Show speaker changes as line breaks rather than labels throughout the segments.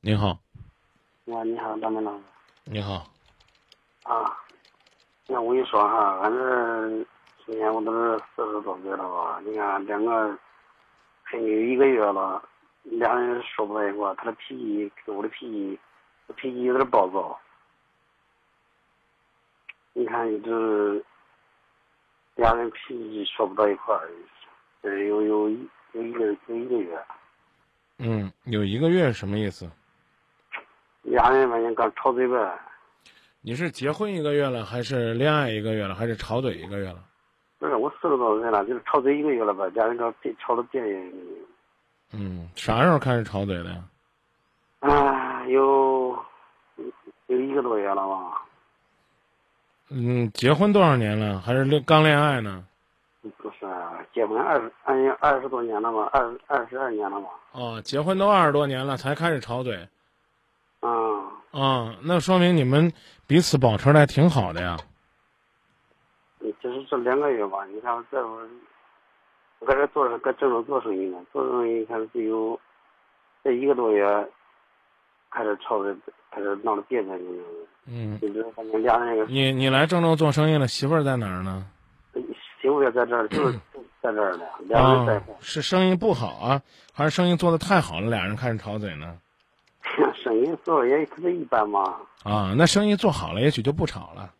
你好，
哇，你好，张班长
你好，
啊，那我跟你说哈，俺这今年我都是四十多岁了吧？你看两个闺女一个月了，俩人说不在一块儿，她的脾气跟我的脾气，我脾气有点暴躁。你看，一直俩人脾气说不到一块儿，呃，有有一有一个有一个月，
嗯，有一个月什么意思？
俩人反正刚吵嘴呗，
你是结婚一个月了，还是恋爱一个月了，还是吵嘴一个月了？
不是我四十多岁了，就是吵嘴一个月了吧，家人刚别吵得别人。
嗯，啥时候开始吵嘴的呀？
啊，有有一个多月了吧，
嗯，结婚多少年了？还是恋刚恋爱呢？
不是结婚二十二十二十多年了吧，二二十二年了吧，
哦，结婚都二十多年了才开始吵嘴
嗯，
啊、那说明你们彼此保持的还挺好的呀。
就是这两个月吧，你看我这会儿，我搁这做着，搁郑州做生意呢，做生意看就有这一个多月，开始吵的，开始闹得别扭了，
嗯，
一直反正俩人那个
你你来郑州做生意了，媳妇儿在哪儿呢？
媳妇也在这儿，就是就是在这儿呢，俩人
啊、
在一块儿。
是生意不好啊，还是生意做的太好了，俩人开始吵嘴呢？
生意做的也特别一般嘛，
啊，那生意做好了，也许就不吵了。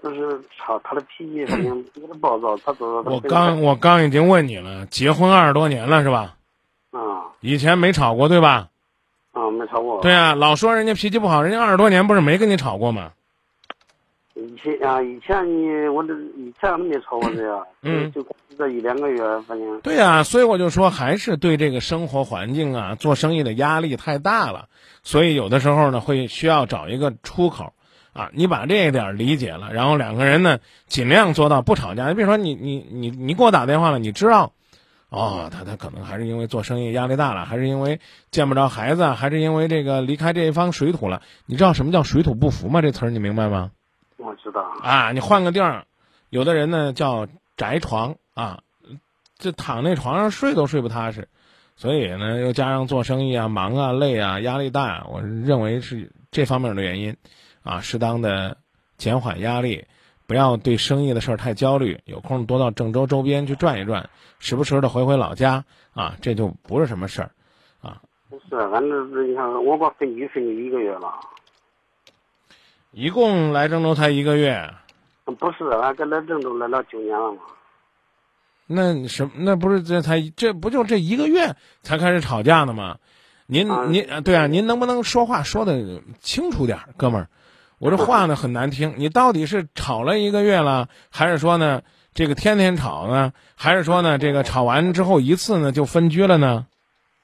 就是吵他的 E 脾气，反正有点暴躁。他走，
我刚我刚已经问你了，结婚二十多年了是吧？
啊
以前没吵过对吧？
啊没吵过。
对啊，老说人家脾气不好，人家二十多年不是没跟你吵过吗？
以前啊，以前你我这以前俺们没吵过这样，
嗯
就就这一两个月，反正
对呀、所以我就说还是对这个生活环境啊、做生意的压力太大了，所以有的时候呢会需要找一个出口啊。你把这一点理解了，然后两个人呢尽量做到不吵架。你比如说你你你你给我打电话了，你知道。哦，他他可能还是因为做生意压力大了，还是因为见不着孩子啊，还是因为这个离开这一方水土了。你知道什么叫水土不服吗？这词儿你明白吗？
我知道。
啊，你换个地儿，有的人呢叫宅床啊，这躺那床上睡都睡不踏实，所以呢，又加上做生意啊、忙啊、累啊、压力大，我认为是这方面的原因，啊，适当的减缓压力，不要对生意的事儿太焦虑，有空多到郑州周边去转一转，时不时的回回老家啊，这就不是什么事儿。
不是，俺这这你看，我把分居分居一个月了，
一共来郑州才一个月，
不是，俺跟来郑州来了九年了嘛。
那你什么？那不是这才这不就这一个月才开始吵架呢吗？您
啊
您啊对啊，您能不能说话说的清楚点儿，哥们儿？我这话呢很难听。你到底是吵了一个月了，还是说呢这个天天吵呢？还是说呢这个吵完之后一次呢就分居了呢？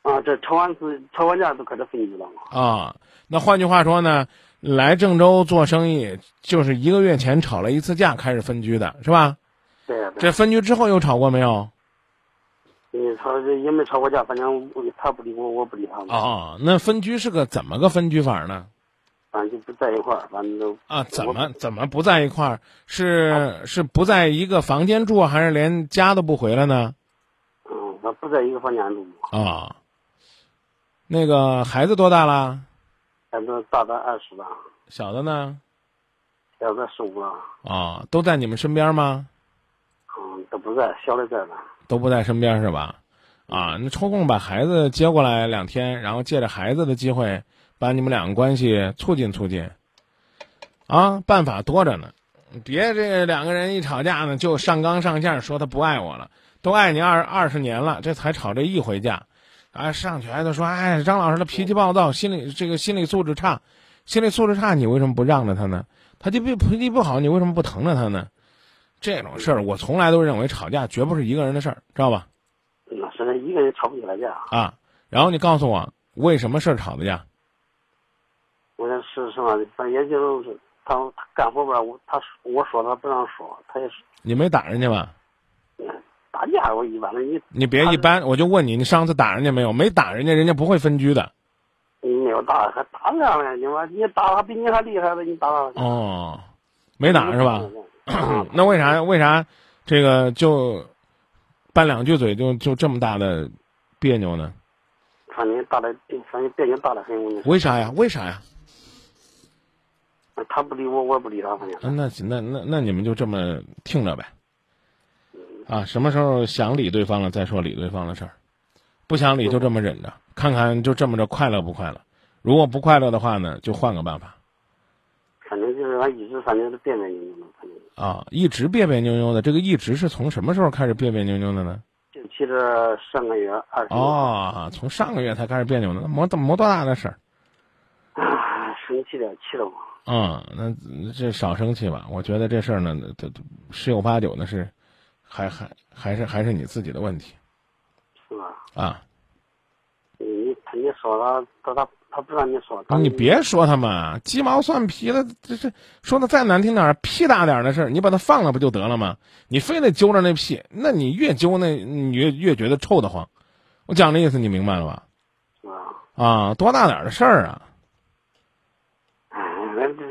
啊，这吵完次吵完架都开始分居了嘛。
啊，那换句话说呢，来郑州做生意就是一个月前吵了一次架开始分居的，是吧？
对啊呀对
这
呀，
分居之后又吵过没有？
你吵这也没吵过架，反正我他不理我，我不理他嘛，
哦，那分居是个怎么个分居法呢？
反正就不在一块儿，反正都
啊，怎
我
么怎么不在一块儿？是是不在一个房间住，还是连家都不回了呢？
嗯，他不在一个房间住嘛。
啊、那个孩子多大啦？
反正大的二十了，
小的呢？
小的十五了，
啊、都在你们身边吗？
嗯，都不在，小的在呢。
都不在身边是吧？啊，那抽空把孩子接过来两天，然后借着孩子的机会，把你们两个关系促进促进。啊，办法多着呢，别这两个人一吵架呢就上纲上线，说他不爱我了，都爱你二二十年了，这才吵这一回架，啊，上去还都说，哎，张老师他脾气暴躁，心理这个心理素质差，心理素质差，你为什么不让着他呢？他就脾脾气不好，你为什么不疼着他呢？这种事儿，我从来都认为吵架绝不是一个人的事儿，知道吧？
那现在一个人吵不起来架。
啊，然后你告诉我为什么事儿吵的架？
我说是什么？反正也就是他他干活吧，我他我说他不让说，他也是
你没打人家吧？
嗯打架。我一般的你
你别一般，我就问你，你上次打人家没有？没打人家，人家不会分居的。
你没有打还打上了，你妈你打他比你还厉害的，你打他
哦，没打是吧？？
嗯
那为啥为啥这个就拌两句嘴就就这么大的别扭呢？
感觉大的，感觉变就大的很。我跟你说
为啥呀？为啥呀？
他不理我，我也不理他，反正
嗯，那那那那你们就这么听着呗。啊，什么时候想理对方了再说理对方的事儿，不想理就这么忍着，看看就这么着快乐不快乐。如果不快乐的话呢，就换个办法
反正就是俺一直反正是别别扭扭的，反正
啊。一直别别扭扭的，这个一直是从什么时候开始别别扭扭的呢？
就记着上个月二十，
哦，从上个月才开始别扭的，没没多大的事儿。
啊，生气了，气得我。
嗯，那这少生气吧。我觉得这事儿呢，这这十有八九呢是，还还还是还是你自己的问题
是吧？
啊。
你你你说他，他他他不让你说，他
啊你别说他们啊鸡毛蒜皮的，这这说的再难听点儿，屁大点儿的事儿，你把它放了不就得了吗？你非得揪着那屁，那你越揪那，你越越觉得臭得慌。我讲的意思你明白了吧？
是吧？
啊，多大点儿的事儿啊！
哎，俺这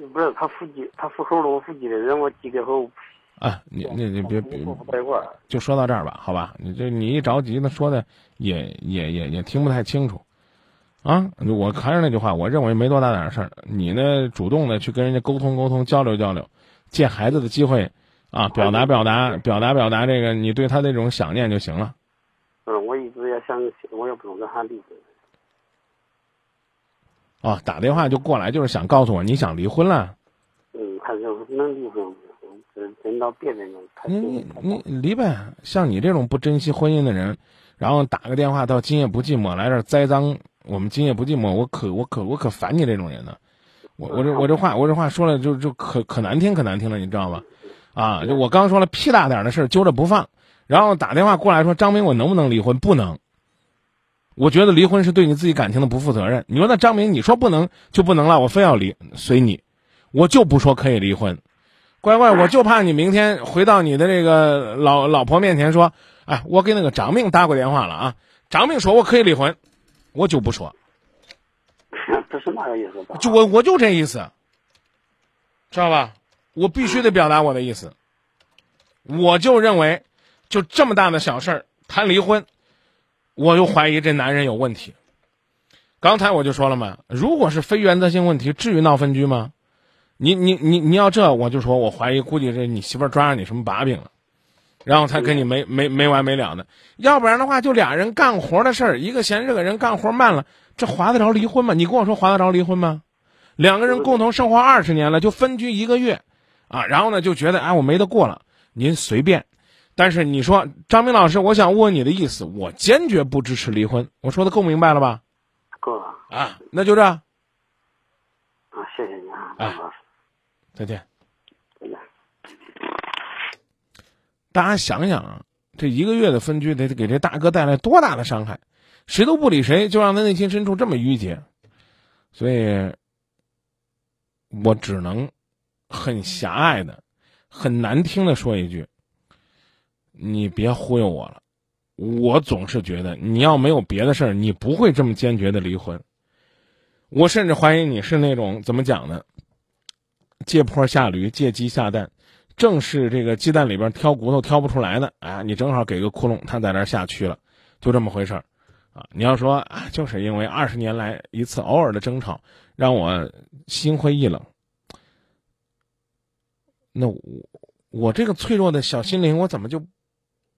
是不是他腹肌，他腹口了，我腹肌的人，我几个后
啊，你你你别别，
不在一块儿。
就说到这儿吧，好吧？你这你一着急呢，说的也也也也听不太清楚，啊！我还是那句话，我认为没多大点儿事儿。你呢，主动的去跟人家沟通沟通，交流交流，借孩子的机会啊，表达表达表达表达这个你对他的这种想念就行了。
嗯，我一直也想，我也不想跟他离婚。
啊，打电话就过来，就是想告诉我你想离婚了。
嗯，他就能离婚，真嗯真到别人了。他
你你你离呗！像你这种不珍惜婚姻的人，然后打个电话到今夜不寂寞来这儿栽赃我们今夜不寂寞，我可我可我可烦你这种人呢、我我这我这话我这话说了就就可可难听可难听了，你知道吗？啊，就我刚说了屁大点儿的事儿揪着不放，然后打电话过来说张明我能不能离婚？不能。我觉得离婚是对你自己感情的不负责任。你说那张明，你说不能就不能了，我非要离，随你，我就不说可以离婚。乖乖，我就怕你明天回到你的这个老老婆面前说，哎，我给那个张明打过电话了啊，张明说我可以离婚，我就不说，
不是那个意思吧？
就我我就这意思，知道吧？我必须得表达我的意思，我就认为，就这么大的小事儿谈离婚，我就怀疑这男人有问题。刚才我就说了嘛，如果是非原则性问题，至于闹分居吗？你你你你要这，我就说我怀疑，估计是你媳妇儿抓着你什么把柄了，然后才跟你没没没完没了的。要不然的话，就俩人干活的事儿，一个嫌这个人干活慢了，这划得着离婚吗？你跟我说划得着离婚吗？两个人共同生活二十年了，就分居一个月，啊，然后呢就觉得哎我没得过了，您随便。但是你说张明老师，我想问问你的意思，我坚决不支持离婚。我说的够明白了吧？
够了
啊，那就这样，
啊！谢谢你啊，
哎
张老师，
再见。
真的。
大家想想啊，这一个月的分居得给这大哥带来多大的伤害？谁都不理谁，就让他内心深处这么郁结。所以，我只能很狭隘的、很难听的说一句：你别忽悠我了。我总是觉得，你要没有别的事儿，你不会这么坚决的离婚。我甚至怀疑你是那种怎么讲呢？借坡下驴，借鸡下蛋，正是这个鸡蛋里边挑骨头挑不出来的，啊，你正好给个窟窿，它在那儿下蛆了，就这么回事儿，啊，你要说啊，就是因为二十年来一次偶尔的争吵，让我心灰意冷，那我我这个脆弱的小心灵，我怎么就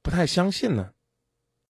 不太相信呢？